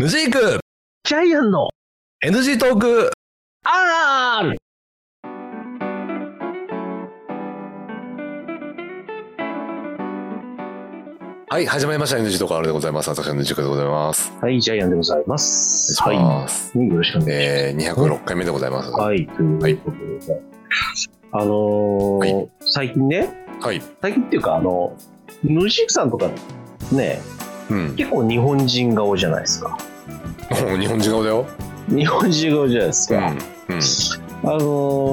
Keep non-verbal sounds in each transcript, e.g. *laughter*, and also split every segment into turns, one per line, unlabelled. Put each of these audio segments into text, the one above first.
ヌジーク
ジャイアンの
NG トーク
R!
はい、始まりました NG トーク R でございます。私のヌジークでございます。
はい、ジャイアンでございます。
お願いし
は
ます。
い。よろしくお願いします。
えー、206回目でございます。
はい、ということで、あのー
は
最近ね、
はい。
最近っていうか、あの、ノジークさんとかね、
うん。
結構日本人顔じゃないですか。
もう日本人顔だよ。
日本人顔じゃないです
うん。
か。
うん。
あの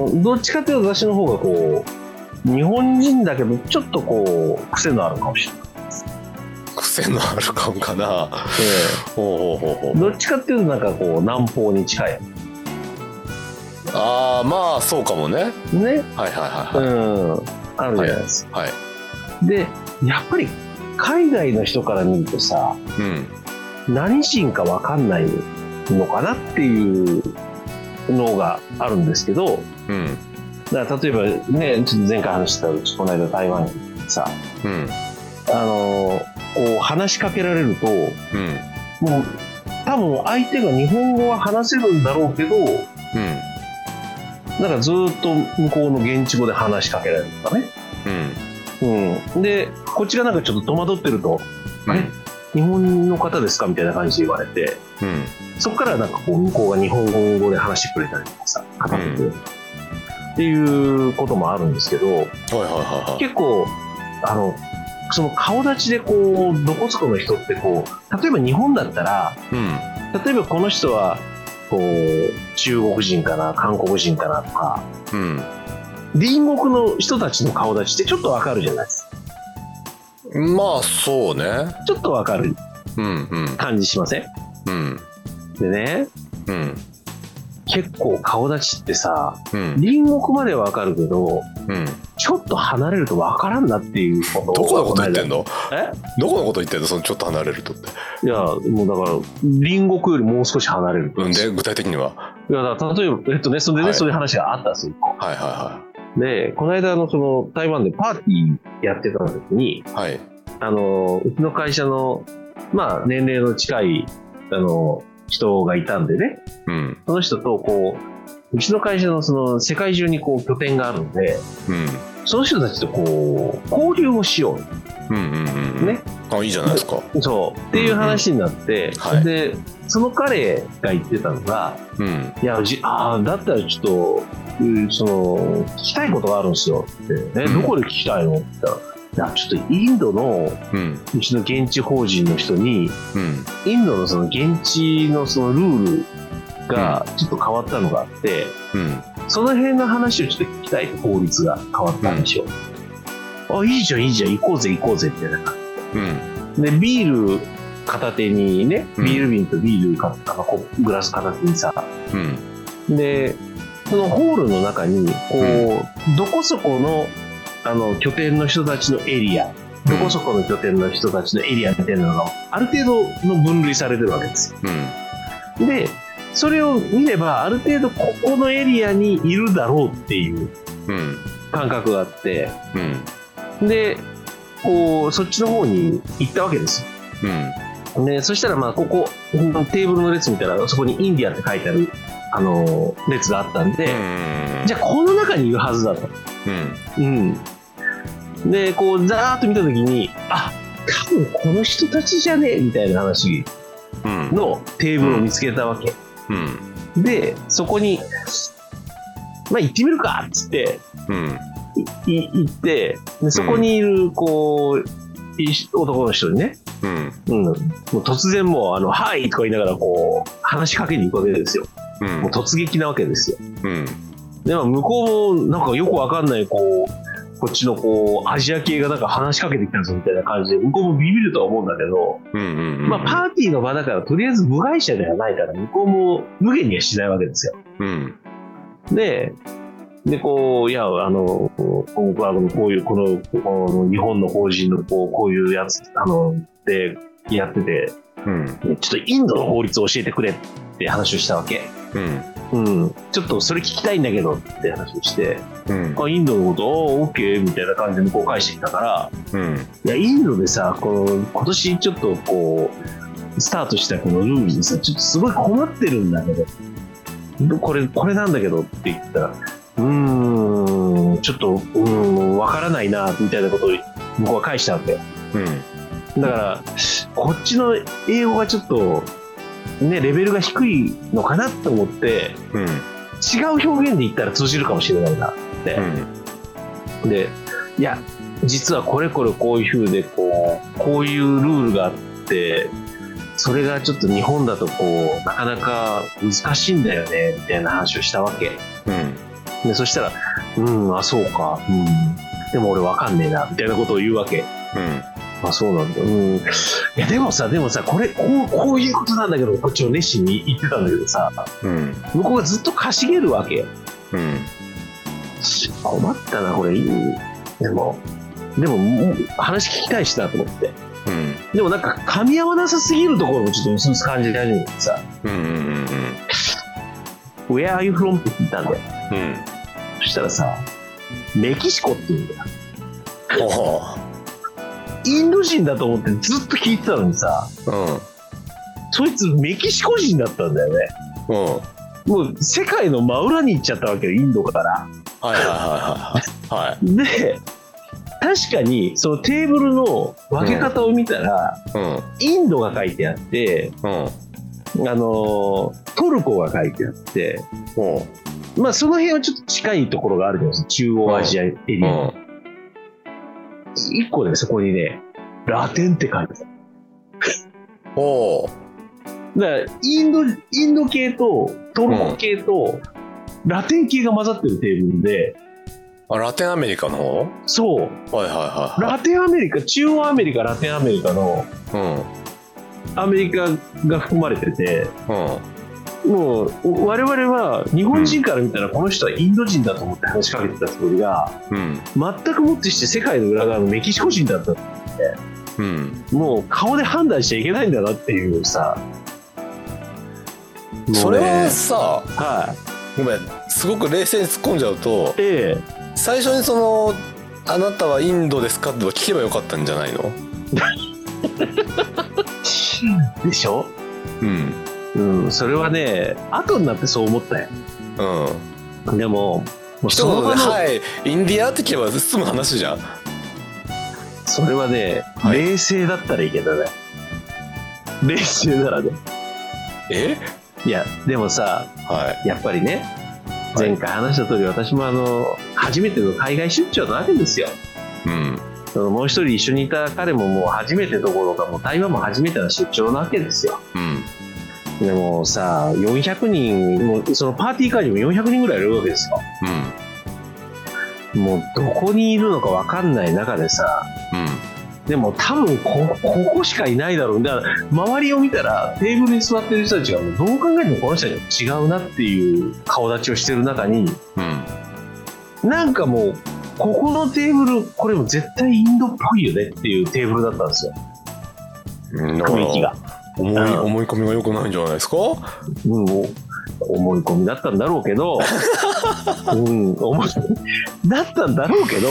ーどっちかっていうと私の方がこう、日本人だけど、ちょっとこう、癖のあるかもしれない。
癖のある顔かな。ほうほうほうほう。
どっちかっていうと、なんかこう、南方に近い。
ああ、まあ、そうかもね。はい
ね。
はいはいはい。
うん。あるじゃないですか。
はい。
で、やっぱり、海外の人から見るとさ、
うん。
何人かわかんないのかなっていうのがあるんですけど、
うん。
だから例えばね、ちょっと前回話してたうち、この間台湾に行ってさ、
うん。
あのこう話しかけられると、
うん。
もう、多分相手が日本語は話せるんだろうけど、
うん。
なんかずっと向こうの現地語で話しかけられるとかね。
うん。
うん。で、こっちがなんかちょっと戸惑ってると、あれ日本の方ですかみたいな感じで言われて、
うん。
そこからなんかこう向こうが日本語で話してくれたりとかさ、語ってくれるっていうこともあるんですけど、
はいはいはいはい。
結構、あの、その顔立ちでこう、どこそこの人ってこう、例えば日本だったら、
うん。
例えばこの人は、こう、中国人かな、韓国人かなとか、
うん。
隣国の人たちの顔立ちってちょっとわかるじゃないですか。
まあそうね。
ちょっとわかる
うんうん
感じしません
うん
でね、
うん
結構顔立ちってさ、
うん
隣国まではわかるけど、
うん。
ちょっと離れるとわからんなっていうこと
どこのこと言ってん
の
の？
え
どこのこと言ってんの？そのちょっと離れるとって。
いや、もうだから、隣国よりもう少し離れる。
うんで具体的には。
いや、だから例えば、えっとね、それでね、
はい
そういう話があったんですよ。
はいは
で、この間、あの、その、台湾でパーティーやってた時に、
いはいはい。
あの、うちの会社の、まあ、年齢の近い、あの、人がいたんでね、
うん
その人と、こう、うちの会社の、その、世界中に、こう、拠点があるんで、
うん
その人たちと、こう、交流をしよ
う
う。
んうんうん。
ね。
あいいじゃないですか。
そう。っていう話になって、
はい
で、その彼が言ってたのが、
うん
いや、じああ、だったらちょっと、うんその、聞きたいことがあるんですよって、え、
うん
どこで聞きたいのって言ったら、いや、ちょっとインドの、
うん
うちの現地法人の人に、
うん
インドのその現地のそのルールがちょっと変わったのがあって、
うん
その辺の話をちょっと聞きたいと、法律が変わったんでしょ。あ、いいじゃん、いいじゃん、行こうぜ、行こうぜ、みたいな
うん
で、ビール片手にね、
うん
ビール瓶とビールか、あのこうグラス片手にさ、
うん
で、そのホールの中に、こう、どこそこの、あの、拠点の人たちのエリア、どこそこの拠点の人たちのエリアみたいなのが、ある程度の分類されてるわけですよ。
うん
で、それを見れば、ある程度ここのエリアにいるだろうっていう
うん
感覚があって、
うん
で、こう、そっちの方に行ったわけですよ
うん
で、そしたらまあ、ここ、テーブルの列見たら、そこにインディアって書いてある、あのー列があったんで、じゃあこの中にいるはずだと。
うん
うん。で、こう、ざーっと見たときに、あ、多分この人たちじゃねえみたいな話
うん
のテーブルを見つけたわけ。
うん
で、そこに、まあ行ってみるかっつって、
うん
いい行って、でそこにいる、こう、い男の人にね、
うん
うん、もう突然もう、あの、はいとか言いながら、こう、話しかけに行くわけですよ。
うん
もう突撃なわけですよ。
うん
でも、向こうも、なんかよくわかんない、こう、こっちの、こう、アジア系がなんか話しかけてきたぞみたいな感じで、向こうもビビるとは思うんだけど、
うんうん
まあ、パーティーの場だから、とりあえず部外者ではないから、向こうも無限にはしないわけですよ。
うん
で、で、こう、いや、あの、僕はこういう、この、この日本の法人の、こう、こういうやつ、あの、で、やってて、
うん
ねちょっとインドの法律を教えてくれって話をしたわけ。
うん
うん。ちょっとそれ聞きたいんだけどって話をして、
うん
あインドのこと、おオッケーみたいな感じで向こう返してきたから、
うん
いや、インドでさ、この、今年ちょっとこう、スタートしたこのルールにさ、ちょっとすごい困ってるんだけど、どこれ、これなんだけどって言ったら、うーん、ちょっと、うーん、わからないな、みたいなことを僕は返したんだよ。
うん
だから、こっちの英語がちょっと、ね、レベルが低いのかなと思って、
うん
違う表現で言ったら通じるかもしれないな。
うん
で、いや、実はこれこれこういう風で、こう、こういうルールがあって、それがちょっと日本だとこう、なかなか難しいんだよね、みたいな話をしたわけ。
うん
で、そしたら、うん、あ、そうか、うん。でも俺わかんねえな、みたいなことを言うわけ。
うん
あ、そうなんだ。うん。いや、でもさ、でもさ、これ、こう、こういうことなんだけど、こっちを熱心に言ってたんだけどさ、
うん
向こうがずっとかしげるわけよ。
うん
困ったな、これ。うんでも、でも、もう話聞きたいしなと思って。
うん
でもなんか、噛み合わなさすぎるところもちょっと薄々感じ始めてさ、
うんうんうん
Where are you from? って聞いたんだよ。
うん
そしたらさ、メキシコって言うんだよ。
お
インド人だと思ってずっと聞いてたのにさ、
ー
そいつメキシコ人だったんだよね。
うんうん
もう世界の真裏に行っちゃったわけよ、インドから。
はいはいはいはいはい
で、確かにそのテーブルの分け方を見たら、
うん
インドが書いてあって、
うん
あのートルコが書いてあって、
お
まあその辺はちょっと近いところがあるじゃないですか、中央アジアエリア。
ー
一個ね、そこにね、ラテンって書いてある。
うんおー
だから、インド、インド系とトルコ系と、ラテン系が混ざってるテーブルで、
あラテンアメリカの方
そう、
はいはいは
ラテンアメリカ、中央アメリカ、ラテンアメリカの、
いうん
アメリカが含まれてて、
うん
もう、我々は、日本人から見たら、この人はインド人だと思って話しかけてたつもりが、
うん
全くもってして世界の裏側のメキシコ人だった。
うん
もう、顔で判断しちゃいけないんだなっていうさ。もうね
それはさ
はい。
ごめんすごく冷静に突っ込んじゃうと
ええ。
最初にその「あなたはインドですか?」って聞けばよかったんじゃないの
でしょ
うん
うん、それはね、後になってそう思ったよ。
うん
でも、もう
一
その
言
場
で「
の
はいインディア」って聞けば済む話じゃん
それはね、
はい
冷静だったらいけないね。冷静ならね。
え
いや、でもさ、
はい
やっぱりね、
はい
前回話した通り、私もあの、初めての海外出張なわけですよ。
うん
そのもう一人一緒にいた彼ももう初めてどころか、もう台湾も初めての出張なわけですよ。
うん
でもさ、400人、もうそのパーティー会にも400人ぐらいいるわけですよ。
うん
もうどこにいるのかわかんない中でさ、
うん
でも多分こここしかいないだろうだから周りを見たらテーブルに座ってる人たちがもうどう考えてもこの人たちは違うなっていう顔立ちをしてる中に
うん
なんかもうここのテーブルこれも絶対インドっぽいよねっていうテーブルだったんですよ
うんだから
雰囲気が、
思い
うん
思い込みが良くないんじゃないですか
うん、お思い込みだったんだろう
*laughs*
けど、うん、思いだったんだろうけど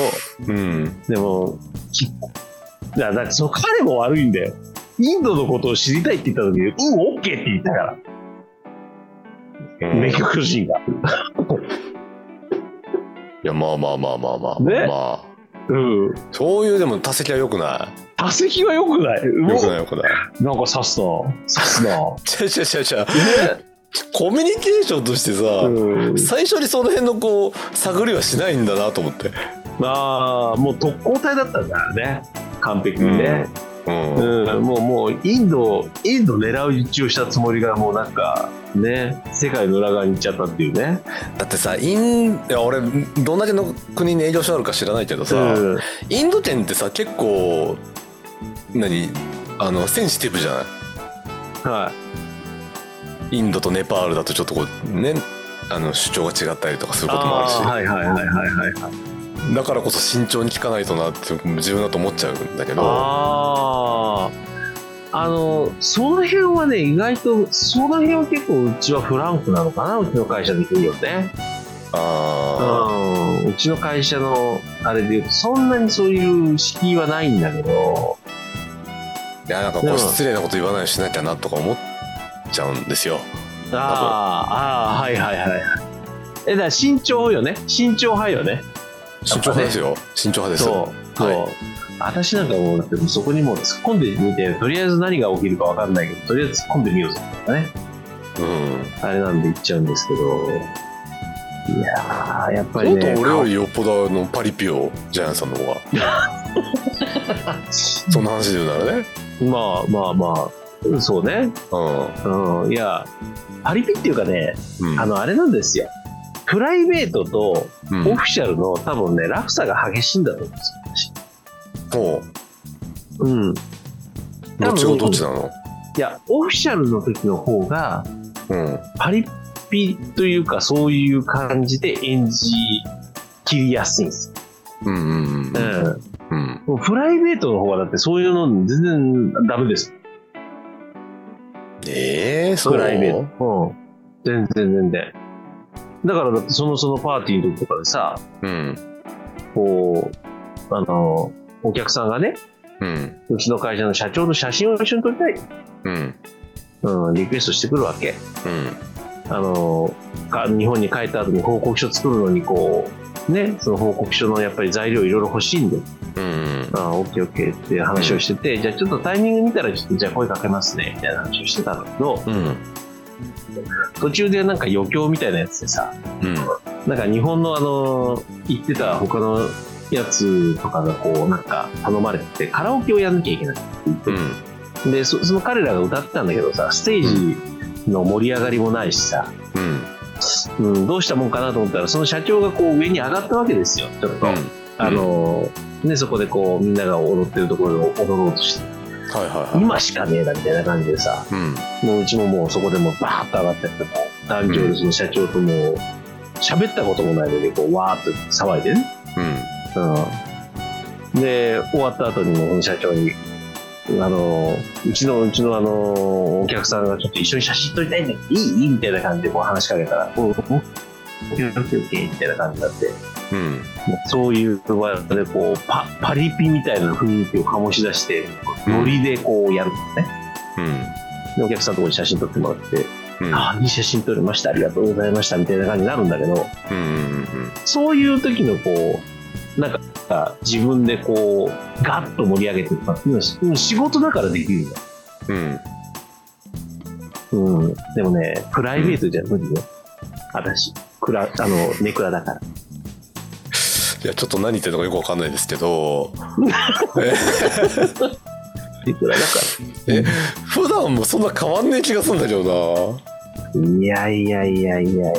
うん
でもきだからだからその彼も悪いんだよインドのことを知りたいって言った時に「うんオッケー」って言ったから。
うん
メ
い
キシコ人が。
やまあまあまあまあまあ
ね
まあ
うん。
そういうでも多席は良くな
打席は良くない。
い良くない
い。
良くない
なんか刺すな。刺す
*laughs* 違う違う
な。
違う違うコミュニケーションとしてさ、
うん、
最初にその辺のこう探りはしないんだなと思って
ああ、もう特攻隊だったんだからね。完璧にね。
うん、
うん。もう、もう、インド、インド狙う一致をしたつもりが、もうなんか、ね、世界の裏側に行っちゃったっていうね。
だってさインいや俺どんだけの国に営業所あるか知らないけどさ、
うん。
インド店ってさ結構何あのセンシティブじゃな
はい
インドとネパールだとちょっとこうねあの主張が違ったりとかす
い。
ることもあるし、
ーはいはいはいはいはい。
だからこそ慎重に聞かないとなって自分だと思っちゃうんだけど
ああ。あの、その辺はね、意外と、その辺は結構うちはフランクなのかな、うちの会社でいいよね。
あ
うん、うちの会社のあれで言うとそんなにそういう敷居はないんだけど
いやなんかこ
うん
う失礼なこと言わないようにしなきゃなとか思っちゃうんですよ
ああああはいはいはいえだから慎重よね慎重派よね
慎重派ですよ慎重派です
そうそう、
は
私なんかもうだってもうそこにもう突っ込んでみてとりあえず何が起きるか分かんないけどとりあえず突っ込んでみようぜとかね
うん
あれなんで行っちゃうんですけどいやーやっぱ
も
り
っと
ね
俺よりよっぽどあのパリピオジャイアンさんの方がそんな話で言うならね
まあまあまあそうねうんいやパリピっていうかね
うんうん
あのあれなんですよプライベートと
うん
オフィシャルの多分ねラフさが激しいんだと思うんですよ
ほ
私うん
うどっちがどっちなの
いやオフィシャルの時の方が
うん
パリピというかそういう感じで演じ切りやすいんです
うんうんうん
よ、
うん
もうプライベートの方はだってそういうの全然ダメです
ええそう
プライベート、うん、全然全然だからだってそのそのパーティーの時とかでさ
うん
こうあのお客さんがね
うん
うちの会社の社長の写真を一緒に撮りたい、
うん
うん、リクエストしてくるわけ
うん
あのか日本に帰った後に報告書作るのにこうねその報告書のやっぱり材料いろいろ欲しいんで
うん
あオッケーオッケーって話をしてて、じゃあちょっとタイミング見たらちょっとじゃあ声かけますねみたいな話をしてたんだけど
うん
途中でなんか余興みたいなやつでさ
うん
なんか日本のあの行ってた他のやつとかがこうなんか頼まれててカラオケをやんなきゃいけない
うん
でそその彼らが歌ってたんだけどさステージの盛り上がりもないしさ、
うん
うん、どうしたもんかなと思ったらその社長がこう上に上がったわけですよちょっと、
うん
あのね、そこでこうみんなが踊ってるところを踊ろうとして
はいはいはい
今しかねえなみたいな感じでさ
うん
もううちももうそこでもうバーッと上がってってもう男女でその社長ともう喋ったこともないのにこうわーっと騒いでね、
うん
うん、で終わった後にもうその社長にあのうちのうちのあのお客さんがちょっと一緒に写真撮りたいんだけどいいいいみたいな感じでこう話しかけたら「おうおうオッケーオッケーオッケーみたいな感じになって
うん
もうそういう場でこうパパリピみたいな雰囲気を醸し出してノリでこうやるんですね
うん
でお客さんのとこに写真撮ってもらって
うん
ああ、いい写真撮れました、ありがとうございました、みたいな感じになるんだけど、
うんうんうん
そういう時のこう、なんか、自分でこう、ガッと盛り上げてとかっていうのはうん仕事だからできるんだ。
うん
うん。でもね、プライベートじゃ無理よ。私、くら、あの、ネクラだから。
いやちょっと何言ってるのかよくわかんないですけど
ネクラだか
普段もそんな変わんねえ気がするんだけど
ら。いやいやいやいやいや、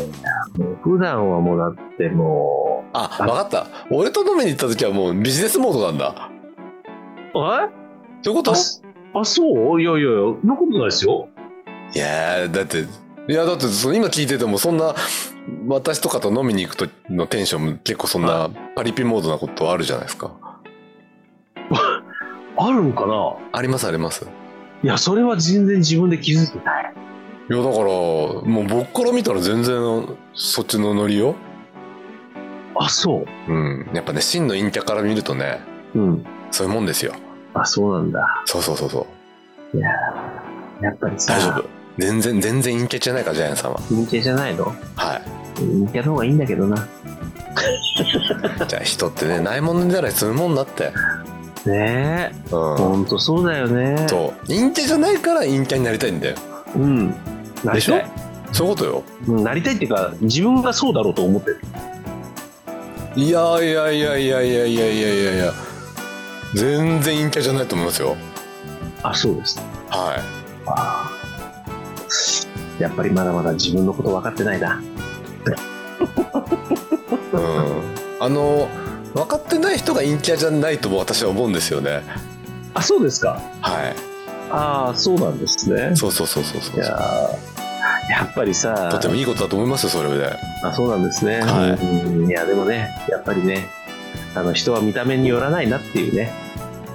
もう普段はもうだっても
なあわかった俺と飲みに行った時はもうビジネスモードなんだ
う、あ
ということ
あすあ、そういやいやいや、そんなことないですよ。
いやーだっていやだってその今聞いててもそんな私とかと飲みに行く時のテンションも結構そんなパリピモードなことあるじゃないですか
あるんかな
ありますあります
いや、それは全然自分で気づいてない。
いやだからもう僕から見たら全然そっちのノリよ
あ、そう。
うんやっぱね真の陰キャから見るとね
うん。
そういうもんですよ
あ、そうなんだ。
そうそうそうそう
いやーやっぱりさ、
大丈夫全然全然陰キャじゃないからジャイアンさんは
陰キャじゃないの
はい
陰キャの方がいいんだけどな。
じゃあ人ってねないものじゃないするもんだって
ねえ、
うん
ほんとそうだよね。
そう陰キャじゃないから陰キャになりたいんだよ
う。うん。な
で
り
しょ
たい。
そういうことよ
うんなりたいっていうか、自分がそうだろうと思ってる。
いやいやいやいやいやいやいやいやいや全然陰キャじゃないと思いますよ
あ、そうです。
は
あーやっぱりまだまだ自分のこと分かってないな。
いうんあの分かってない人が陰キャじゃないと私は思うんですよね
あ、そうですか。
はい
ああ、そうなんですね。
そうそうそうそうそ
いうやーやっぱりさ、
とてもいいことだと思いますよそれで
あそうなんですね、
はい
うんいやでもねやっぱりねあの人は見た目によらないなっていうね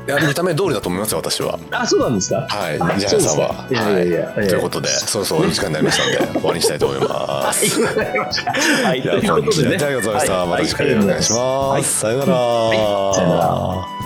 いや見た目通りだと思いますよ私は
あそうなんですか
はい
あ
ジャイアンさんは
そうですかいやいやいや
はいということでそろそ
*laughs*
ろお時間になりましたので終わりにしたいと思いま
はい
す
わかりました *laughs* はい
じ
と
ゃあ、
いう
本
こと
日
で
は
ね
ありがとうございました。
はい
また次回お願いします。
はい
さよなら。
いさよなら